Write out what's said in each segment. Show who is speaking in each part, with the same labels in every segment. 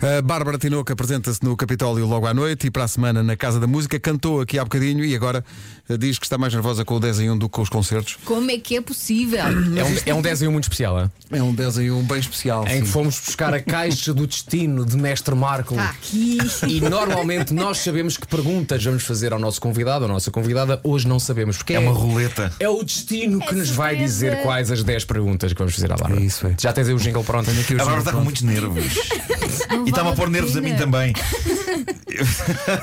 Speaker 1: A Bárbara Tinoco apresenta-se no Capitólio logo à noite e para a semana na Casa da Música. Cantou aqui há bocadinho e agora eh, diz que está mais nervosa com o 10 em 1 do que com os concertos.
Speaker 2: Como é que é possível?
Speaker 3: É um, é um desenho muito especial, é?
Speaker 1: É um 10 em 1 bem especial.
Speaker 3: em que fomos buscar a caixa do destino de Mestre Marco.
Speaker 2: Está Tá aqui.
Speaker 3: E normalmente nós sabemos que perguntas vamos fazer ao nosso convidado, à nossa convidada. Hoje não sabemos, porque é,
Speaker 1: roleta.
Speaker 3: é o destino que
Speaker 2: É
Speaker 3: nos vai
Speaker 2: surpresa.
Speaker 3: dizer quais as 10 perguntas que vamos fazer à Bárbara.
Speaker 1: É isso, é.
Speaker 3: Já tens aí o jingle pronto?
Speaker 1: o
Speaker 4: A Bárbara
Speaker 1: jingle
Speaker 4: está tá com
Speaker 1: pronto.
Speaker 4: muitos nervos.
Speaker 2: Não
Speaker 4: E está-me a
Speaker 2: vale
Speaker 4: pôr nervos a mim
Speaker 2: pena.
Speaker 4: também.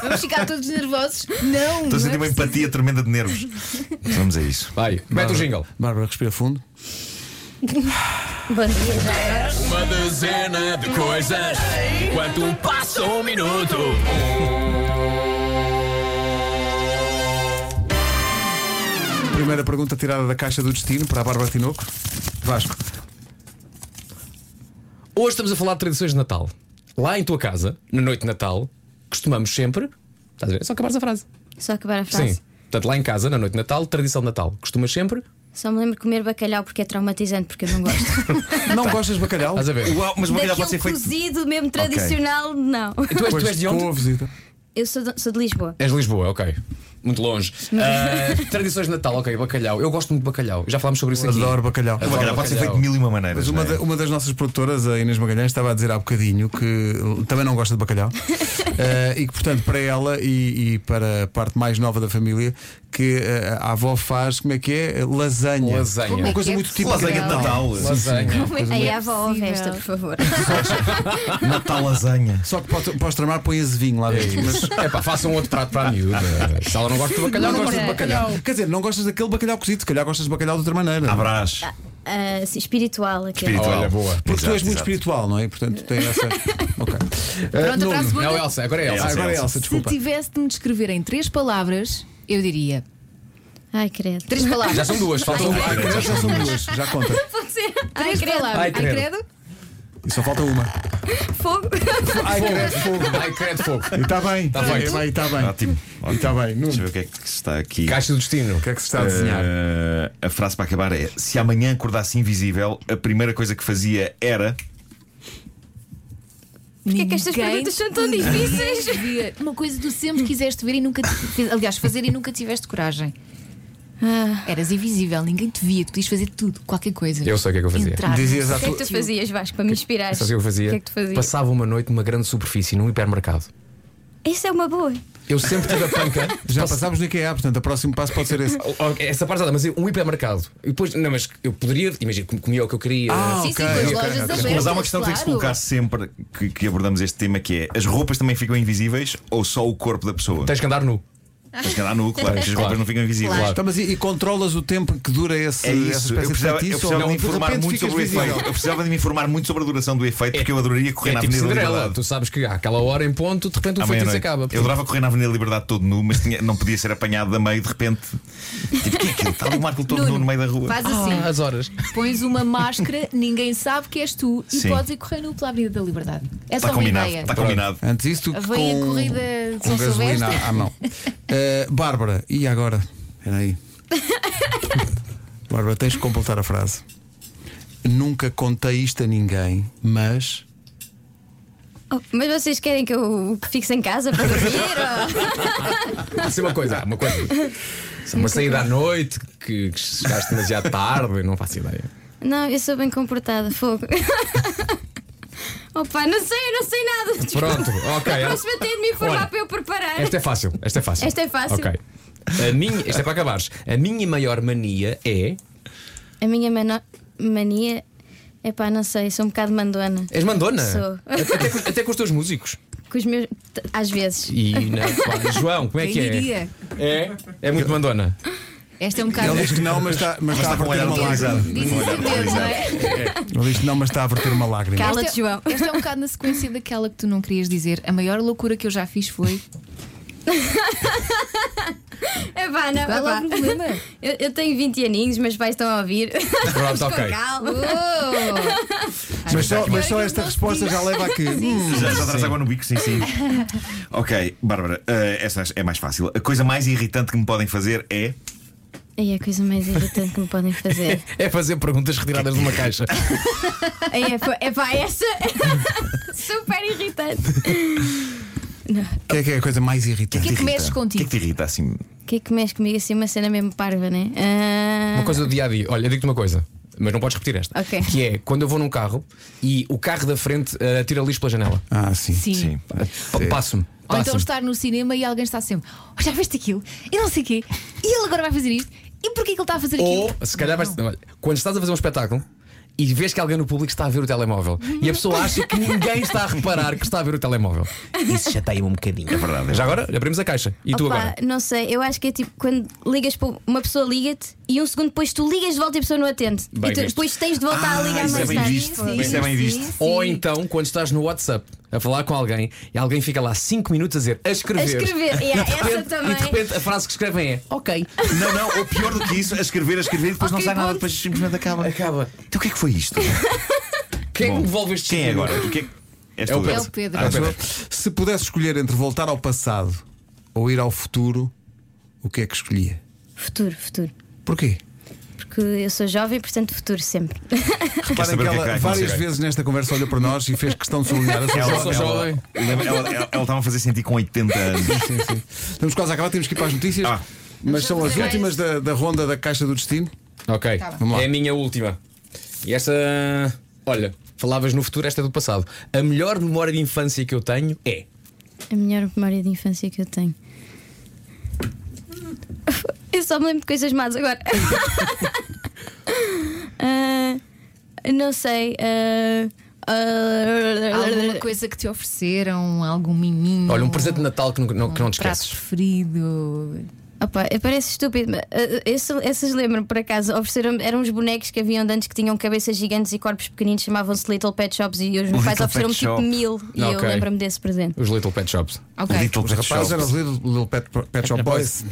Speaker 2: Vamos ficar todos nervosos? Não.
Speaker 4: Estou a
Speaker 2: não
Speaker 4: sentir
Speaker 2: é
Speaker 4: uma
Speaker 2: preciso.
Speaker 4: empatia tremenda de nervos. Vamos a isso.
Speaker 3: Vai, mete o jingle.
Speaker 1: Bárbara, respira fundo.
Speaker 2: Bom dia.
Speaker 5: Uma dezena de coisas. Quanto passa um minuto?
Speaker 1: Primeira pergunta tirada da caixa do destino para a Bárbara Tinoco. Vasco.
Speaker 3: Hoje estamos a falar de tradições de Natal. Lá em tua casa, na noite de Natal, costumamos sempre. Estás a ver? É Só acabares a frase.
Speaker 6: Só acabar a frase.
Speaker 3: Sim. Portanto, lá em casa, na noite de Natal, tradição de Natal, costumas sempre.
Speaker 6: Só me lembro de comer bacalhau porque é traumatizante, porque eu não gosto.
Speaker 1: Não gostas de bacalhau?
Speaker 3: Estás a ver?
Speaker 4: Uau, mas uma vida pode
Speaker 6: Daquele
Speaker 2: um
Speaker 4: ser feita.
Speaker 6: cozido mesmo tradicional, não.
Speaker 3: E tu é- és,
Speaker 1: Pois,
Speaker 3: tu és de onde?
Speaker 1: com a visita.
Speaker 6: Eu sou de, sou de Lisboa.
Speaker 3: És de Lisboa, ok. Muito longe. Ah, tradições de Natal, ok, bacalhau. Eu gosto muito de bacalhau. Já falámos sobre isso aqui.
Speaker 1: Adoro bacalhau.
Speaker 4: O bacalhau pode ser feito de
Speaker 3: bacalhau.
Speaker 4: mil e uma maneiras.
Speaker 1: Mas uma,
Speaker 4: não é?
Speaker 1: da- uma das nossas produtoras, a Inês Magalhães, estava a dizer há bocadinho que também não gosta de bacalhau Eh, e que, portanto, para ela e, e para a parte mais nova da família, que eh, a avó faz, como é que é? Lasanha.
Speaker 3: Lasanha.
Speaker 1: Uma coisa muito típica.
Speaker 4: Lasanha
Speaker 1: de
Speaker 4: de
Speaker 1: Natal.
Speaker 4: Tipo Natal.
Speaker 3: Lasanha.
Speaker 6: Aí a avó ouve
Speaker 2: possível.
Speaker 6: esta, por favor.
Speaker 4: assim, Natal lasanha.
Speaker 1: Só que pode, pode tramar, põe azevinho lá dentro. Mas
Speaker 3: É pá, façam outro prato para a miúda. Se ela não gosta de bacalhau, não,
Speaker 6: Não
Speaker 3: gosta de
Speaker 6: quero.
Speaker 3: bacalhau.
Speaker 1: Quer dizer, não gostas daquele bacalhau cozido, se calhar gostas de bacalhau de outra maneira.
Speaker 4: Abraço.
Speaker 6: Ah, sim, espiritual, aquele.
Speaker 4: Espiritual.
Speaker 3: Olha, boa.
Speaker 1: Porque tu és
Speaker 4: Exato,
Speaker 1: muito
Speaker 4: exato.
Speaker 1: espiritual, não é? E, Portanto, tem essa. Ok.
Speaker 2: Pronto, para a segunda.
Speaker 3: Não, Elsa, agora Ah, é Elsa.
Speaker 1: Ah, agora é
Speaker 4: Elsa.
Speaker 1: Elsa,
Speaker 2: Se
Speaker 1: desculpa.
Speaker 2: tivesse de me descrever em três palavras, eu diria.
Speaker 6: Ai, credo.
Speaker 2: Três palavras.
Speaker 3: Já são duas, faltam
Speaker 1: Ah,
Speaker 3: uma.
Speaker 1: já são duas, já conta.
Speaker 6: Pode ser.
Speaker 2: Três palavras.
Speaker 3: Ai, credo.
Speaker 1: E só falta uma.
Speaker 6: Fogo.
Speaker 1: Ai, credo, fogo.
Speaker 3: Ai, credo fogo.
Speaker 1: E está bem. Está
Speaker 3: bem.
Speaker 1: Está bem.
Speaker 4: Tá Ótimo.
Speaker 1: E está Tá bem. Nuno,
Speaker 4: Deixa eu
Speaker 1: o
Speaker 4: ver o que é que está aqui.
Speaker 3: Caixa do destino.
Speaker 1: que é que se está a desenhar?
Speaker 4: Eh, a frase para acabar é: Se amanhã acordasse invisível, a primeira coisa que fazia era.
Speaker 6: Porquê é que estas perguntas são tão difíceis?
Speaker 2: Devia- Uma coisa que tu sempre quiseste ver e nunca. te- Aliás, fazer e nunca tiveste coragem.
Speaker 6: Ah,
Speaker 2: Eras invisível, ninguém te via, tu podias fazer tudo, qualquer coisa.
Speaker 3: Eu sei o que é que eu fazia.
Speaker 2: Entrar.
Speaker 1: Dizias à
Speaker 6: o que é
Speaker 1: tua.
Speaker 6: que tu fazias, Vasco, para me inspirar?
Speaker 3: Sabe o que eu fazia?
Speaker 6: O que é que tu fazias?
Speaker 3: Passava uma noite numa grande superfície, num hipermercado.
Speaker 6: Isso é uma boa.
Speaker 3: Eu sempre tive a panca.
Speaker 1: Já passámos no IKEA, portanto, o próximo passo pode ser esse.
Speaker 3: Oh, oh, Essa parte nada, mas eu- um hipermercado. E depois, não, mas eu poderia, imagina, com- comia o que eu queria.
Speaker 1: Ah,
Speaker 2: Sim, sim,
Speaker 1: ok,
Speaker 2: com as
Speaker 1: ok,
Speaker 2: lojas
Speaker 1: ok.
Speaker 2: abertas.
Speaker 4: Mas há uma questão que tem que se
Speaker 2: é claro.
Speaker 4: colocar sempre que, que abordamos este tema que é as roupas também ficam invisíveis ou só o corpo da pessoa?
Speaker 3: Tens que andar nu.
Speaker 4: Tens que andar nu, claro, que as roupas não ficam invisíveis.
Speaker 2: Claro.
Speaker 1: Então, mas e, e controlas o tempo que dura esse,
Speaker 4: É
Speaker 1: essa
Speaker 4: isso, eu
Speaker 1: espécie
Speaker 4: precisava,
Speaker 1: de feitiço?
Speaker 4: eu precisava
Speaker 1: ou
Speaker 4: de
Speaker 1: não?
Speaker 4: me informar
Speaker 1: repente
Speaker 4: muito
Speaker 1: ficas
Speaker 4: sobre o efeito.
Speaker 1: visível.
Speaker 4: Eu precisava de me informar muito sobre a duração do efeito, porque eu adoraria correr
Speaker 3: É
Speaker 4: na
Speaker 3: tipo
Speaker 4: Avenida da
Speaker 3: Cinderela.
Speaker 4: Liberdade.
Speaker 3: Tu sabes que aquela hora em ponto, de repente o
Speaker 4: À meia-noite.
Speaker 3: feitiço acaba.
Speaker 4: Eu adorava correr na Avenida da Liberdade todo nu, mas tinha- não podia ser apanhado da meio de repente. Tipo, o que é aquilo? Está ali o Marco todo nu no meio da rua.
Speaker 6: Ah,
Speaker 2: Faz assim,
Speaker 3: Ah, Às horas.
Speaker 2: pões uma máscara, ninguém sabe que és tu e
Speaker 4: Sim.
Speaker 2: podes ir correr nu pela Avenida da Liberdade. É
Speaker 4: Está
Speaker 2: só uma
Speaker 4: combinado,
Speaker 2: ideia.
Speaker 4: está combinado.
Speaker 1: Antes disso, tu
Speaker 2: Vem a
Speaker 1: com,
Speaker 2: corrida de
Speaker 1: com
Speaker 2: São
Speaker 1: gasolina
Speaker 2: Silvestre.
Speaker 1: à- à mão. Eh, Bárbara, e agora? Espera aí. Bárbara, tens de completar a frase. Nunca contei isto a ninguém, mas.
Speaker 6: Oh, mas vocês querem que eu fique sem casa para dormir?
Speaker 3: Há sim é uma coisa, há uma coisa.
Speaker 6: é
Speaker 3: Só Uma saída à noite que, que chegaste demasiado tarde, não faço ideia.
Speaker 6: ou- não, eu sou bem comportada, fogo. Opa, não sei, não sei nada. Desculpa.
Speaker 3: Pronto, ok.
Speaker 6: A próxima tem de me informar
Speaker 3: Olha,
Speaker 6: para eu preparar.
Speaker 3: Esta é fácil, esta é fácil.
Speaker 6: Esta é fácil.
Speaker 3: Ok. A minha, esta é para acabares. A minha maior mania é.
Speaker 6: A minha mano- mania é pá, não sei, sou um bocado mandona.
Speaker 3: És mandona?
Speaker 6: Sou.
Speaker 3: Até, com- até com os teus músicos.
Speaker 6: Com os meus. t- Às vezes.
Speaker 3: E na, pá, João, como é
Speaker 2: Quem
Speaker 3: que é?
Speaker 2: diria?
Speaker 3: É? É muito mandona.
Speaker 2: Esta é um bocado.
Speaker 1: Ele diz que não, mas está, mas está a
Speaker 4: Está com um
Speaker 1: verter
Speaker 4: olhar
Speaker 1: uma
Speaker 4: autorizado.
Speaker 1: lágrima.
Speaker 2: Diz isso mesmo, não é?
Speaker 1: Ele diz que não, mas está a verter uma lágrima.
Speaker 6: Cala-te,
Speaker 2: Esta-
Speaker 6: João.
Speaker 2: Esta é um bocado na sequência daquela que tu não querias dizer. A maior loucura que eu já fiz foi.
Speaker 6: É pá, não,
Speaker 2: Vai lá,
Speaker 6: epá.
Speaker 2: problema.
Speaker 6: Eu, eu tenho 20 aninhos, mas vais estão a ouvir.
Speaker 3: Pronto, ok.
Speaker 6: Calma.
Speaker 2: Oh!
Speaker 1: Mas só, mas só
Speaker 2: Ai,
Speaker 1: esta
Speaker 2: não
Speaker 1: resposta já leva a que. hum,
Speaker 4: Já, já traz água no bico, sim, sim. ok, Bárbara, eh, essa é mais fácil. A coisa mais irritante que me podem fazer é.
Speaker 6: Aí é a coisa mais irritante que me podem fazer.
Speaker 3: É fazer perguntas retiradas de uma caixa.
Speaker 6: Aí é, pá- é pá, essa. Super irritante.
Speaker 1: O que é que é a coisa mais
Speaker 2: O
Speaker 1: irritante?
Speaker 2: que é que
Speaker 4: irrita?
Speaker 2: mexes
Speaker 4: O que é
Speaker 2: contigo?
Speaker 4: que te irrita assim?
Speaker 6: O que é que mexe comigo assim? Uma cena mesmo parva, né? Ah,
Speaker 3: Uma coisa do dia a dia. Olha, eu digo-te uma coisa, mas não podes repetir esta.
Speaker 6: Ok.
Speaker 3: Que é quando eu vou num carro e o carro da frente eh, tira lixo pela janela.
Speaker 1: Ah, sim.
Speaker 2: Sim.
Speaker 4: Sim.
Speaker 3: Pa- Passo-me.
Speaker 2: Ou então
Speaker 3: Passo-me.
Speaker 2: estar no cinema e alguém está sempre, "Oh, já viste aquilo? E não sei o quê. E ele agora vai fazer isto? E porquê que ele está a fazer aquilo?
Speaker 3: Ou se calhar vais. olha, Quando estás a fazer um espetáculo. E vês que alguém no público está a ver o telemóvel E a pessoa acha que ninguém está a reparar Que está a ver o telemóvel Isso já está aí um bocadinho É
Speaker 4: verdade, é
Speaker 3: Já agora abrimos a caixa E tu
Speaker 6: opá,
Speaker 3: agora?
Speaker 6: Não sei, eu acho que é tipo quando ligas para uma pessoa liga-te e um segundo depois tu ligas de volta e a pessoa não atende.
Speaker 3: Bem
Speaker 6: e tu-
Speaker 3: visto. Ah,
Speaker 6: depois tens de voltar a ligar
Speaker 4: isso é
Speaker 6: mais
Speaker 4: bem
Speaker 6: tarde.
Speaker 4: visto.
Speaker 2: Sim,
Speaker 4: Isso é bem
Speaker 2: sim,
Speaker 4: visto.
Speaker 2: sim.
Speaker 3: Ou então quando estás no WhatsApp a falar com alguém E alguém fica lá 5 minutos a dizer A
Speaker 6: A
Speaker 3: escrever,
Speaker 6: escrever, yeah,
Speaker 3: E de repente-
Speaker 6: essa também.
Speaker 3: E de repente a frase que escrevem é Ok,
Speaker 4: Não, não, ou pior do que isso, a escrever, a escrever e depois não
Speaker 2: Ok,
Speaker 4: sai nada,
Speaker 2: ponto.
Speaker 4: depois simplesmente acaba.
Speaker 3: acaba
Speaker 4: Então o que é que foi isto?
Speaker 3: Quem
Speaker 4: Bom,
Speaker 3: me devolve este
Speaker 4: Quem é
Speaker 3: dinheiro?
Speaker 4: agora? O que é que. És
Speaker 3: É o
Speaker 4: tu,
Speaker 3: Pedro.
Speaker 2: É o Pedro.
Speaker 4: Ah,
Speaker 3: É o
Speaker 4: sou eu?
Speaker 3: Pedro.
Speaker 1: Se pudesse escolher entre voltar ao passado ou ir ao futuro, o que é que escolhia?
Speaker 6: Futuro, futuro.
Speaker 1: Porquê?
Speaker 6: Porque eu sou jovem, portanto, futuro sempre.
Speaker 1: Reparem
Speaker 4: saber
Speaker 1: que
Speaker 4: o que é que
Speaker 1: ela
Speaker 4: vai acontecer
Speaker 1: várias
Speaker 4: aí?
Speaker 1: vezes nesta conversa olhou para nós e fez questão de sublinhar. Eu sou
Speaker 4: Ela- é
Speaker 1: jovem.
Speaker 3: sou
Speaker 4: ela-
Speaker 3: jovem.
Speaker 4: lembra- ela- Ela ela estava a fazer sentir com 80 anos.
Speaker 1: Sim, sim. Estamos quase a acabar, temos que ir para as notícias.
Speaker 4: Ah.
Speaker 1: Mas são as
Speaker 2: fazer
Speaker 1: últimas da, da ronda da Caixa do Destino.
Speaker 3: Ok,
Speaker 4: Tá
Speaker 1: Vamos lá.
Speaker 3: é a minha última. E esta. Olha, falavas no futuro, esta é do passado. A melhor memória de infância que eu tenho é.
Speaker 6: A melhor memória de infância que eu tenho. Eu só me lembro de coisas más agora. Ah, não sei. ah, ah,
Speaker 2: Alguma coisa que te ofereceram, algum miminho.
Speaker 3: Olha, um presente de Natal que não, não- que não te
Speaker 2: prato
Speaker 3: esqueces.
Speaker 2: preferido.
Speaker 6: Opa, parece estúpido, mas ah, esse- essas lembro por acaso, ofereceram eram uns bonecos que haviam de antes que tinham cabeças gigantes e corpos pequeninos, chamavam-se Little Pet Shops e os meus pais
Speaker 4: Oh, Little
Speaker 6: ofereceram-me
Speaker 4: Pet
Speaker 6: tipo
Speaker 4: Shop. Ah,
Speaker 6: mil e eu
Speaker 3: Ok.
Speaker 6: lembro-me desse presente.
Speaker 3: Os Little Pet Shops.
Speaker 2: Ok.
Speaker 4: Little
Speaker 1: Os
Speaker 4: Pet É
Speaker 1: rapazes
Speaker 4: Shop.
Speaker 1: eram os Little, Little Pet, Pet Shop Boys.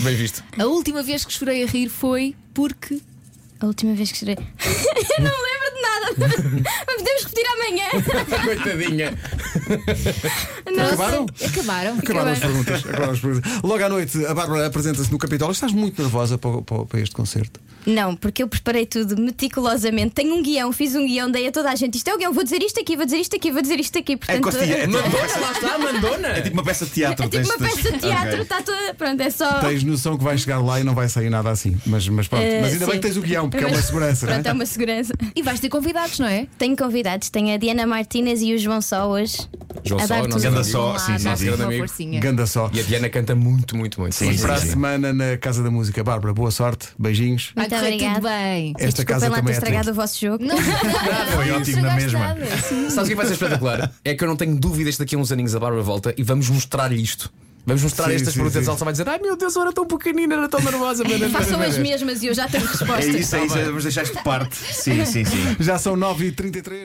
Speaker 3: Bem visto.
Speaker 2: A última vez que chorei a rir foi porque.
Speaker 6: A última vez que chorei. eu não me lembro de nada, mas podemos repetir amanhã.
Speaker 3: Coitadinha.
Speaker 6: Não
Speaker 1: Acabaram? Acabaram as,
Speaker 2: Acabaram.
Speaker 6: Acabaram.
Speaker 1: perguntas, acabaram as perguntas. Logo à noite, a Bárbara apresenta-se no Capitólio. Estás muito nervosa para, para- para este concerto.
Speaker 6: Não, porque eu preparei tudo meticulosamente. Tenho um guião, fiz um guião, dei a toda a gente. Isto é o guião, vou dizer isto aqui, vou dizer isto aqui, vou dizer isto aqui.
Speaker 4: É
Speaker 6: Portanto,
Speaker 4: costilha, é tipo uma peça-
Speaker 3: Lá está, mandona.
Speaker 4: é tipo uma peça de
Speaker 6: é
Speaker 4: teatro.
Speaker 6: tipo
Speaker 4: tens-
Speaker 6: uma
Speaker 4: tens-
Speaker 6: peça de teatro,
Speaker 4: Ok.
Speaker 6: está toda. Pronto, é só.
Speaker 1: Tens noção que vai chegar lá e não vai sair nada assim. Mas, mas pronto,
Speaker 6: Eh,
Speaker 1: mas ainda bem
Speaker 6: sim.
Speaker 1: que tens o guião, porque é uma
Speaker 6: Mas-
Speaker 1: segurança.
Speaker 6: Pronto,
Speaker 1: não
Speaker 6: é
Speaker 1: é?
Speaker 6: uma segurança.
Speaker 2: E vais ter convidados, não é?
Speaker 6: Tenho convidados, tenho a Diana Martínez e o João Só hoje.
Speaker 3: João
Speaker 6: a
Speaker 3: Só,
Speaker 6: dar
Speaker 3: nosso
Speaker 6: tudo.
Speaker 4: Anda
Speaker 3: amigo.
Speaker 4: só, Oh, sim, sim,
Speaker 2: dá-te
Speaker 4: sim.
Speaker 2: uma
Speaker 3: Amigo.
Speaker 2: forcinha.
Speaker 1: Ganda só.
Speaker 3: E a Diana canta muito, muito, muito. Um
Speaker 4: Sim, é sim,
Speaker 1: Para a
Speaker 4: sim.
Speaker 1: semana na Casa da Música. Bárbara, boa sorte, beijinhos.
Speaker 2: Vai
Speaker 6: Muito
Speaker 2: correr tudo
Speaker 6: obrigada.
Speaker 2: bem.
Speaker 1: Esta
Speaker 6: Desculpem
Speaker 1: casa
Speaker 6: lá ter
Speaker 1: também é
Speaker 6: estragado
Speaker 1: triste.
Speaker 6: o vosso jogo.
Speaker 2: Não,
Speaker 4: Foi
Speaker 2: não
Speaker 4: ótimo na
Speaker 2: estragaste
Speaker 4: mesma.
Speaker 2: nada. Sim.
Speaker 3: Sabes o que vai ser espetacular? É que eu não tenho dúvidas que daqui a uns aninhos a Bárbara volta e vamos mostrar-lhe isto. Vamos mostrar
Speaker 1: Sim,
Speaker 3: estas
Speaker 1: sim,
Speaker 3: perguntas.
Speaker 1: sim.
Speaker 3: Ela só vai dizer: Ai meu Deus, eu era tão pequenina, era tão nervosa. mas-
Speaker 6: Façam as mesmas e eu já tenho
Speaker 4: É
Speaker 6: respostas.
Speaker 4: isso, é isso. Vamos deixar isto de parte. Sim, sim, sim.
Speaker 1: Já são 9h33.